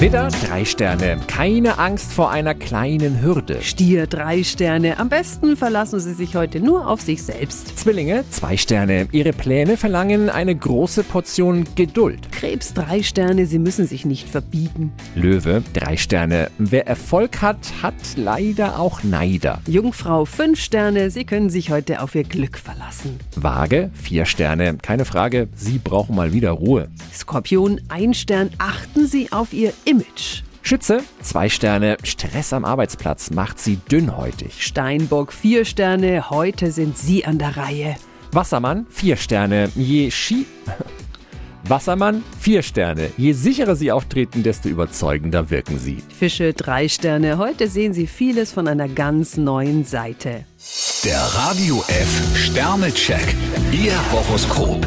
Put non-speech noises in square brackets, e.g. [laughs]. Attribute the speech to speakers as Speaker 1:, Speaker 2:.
Speaker 1: Widder, drei Sterne. Keine Angst vor einer kleinen Hürde.
Speaker 2: Stier drei Sterne. Am besten verlassen Sie sich heute nur auf sich selbst.
Speaker 1: Zwillinge, zwei Sterne. Ihre Pläne verlangen eine große Portion Geduld.
Speaker 2: Krebs drei Sterne. Sie müssen sich nicht verbiegen.
Speaker 1: Löwe, drei Sterne. Wer Erfolg hat, hat leider auch Neider.
Speaker 2: Jungfrau fünf Sterne. Sie können sich heute auf Ihr Glück verlassen.
Speaker 1: Waage, vier Sterne. Keine Frage, Sie brauchen mal wieder Ruhe.
Speaker 2: Skorpion ein Stern. Achten Sie auf Ihr Image.
Speaker 1: Schütze, zwei Sterne. Stress am Arbeitsplatz macht Sie dünnhäutig.
Speaker 2: Steinbock vier Sterne. Heute sind Sie an der Reihe.
Speaker 1: Wassermann, vier Sterne. Je schi... [laughs] Wassermann, vier Sterne. Je sicherer Sie auftreten, desto überzeugender wirken Sie.
Speaker 2: Fische drei Sterne. Heute sehen Sie vieles von einer ganz neuen Seite.
Speaker 3: Der Radio F Sternecheck. Ihr Horoskop.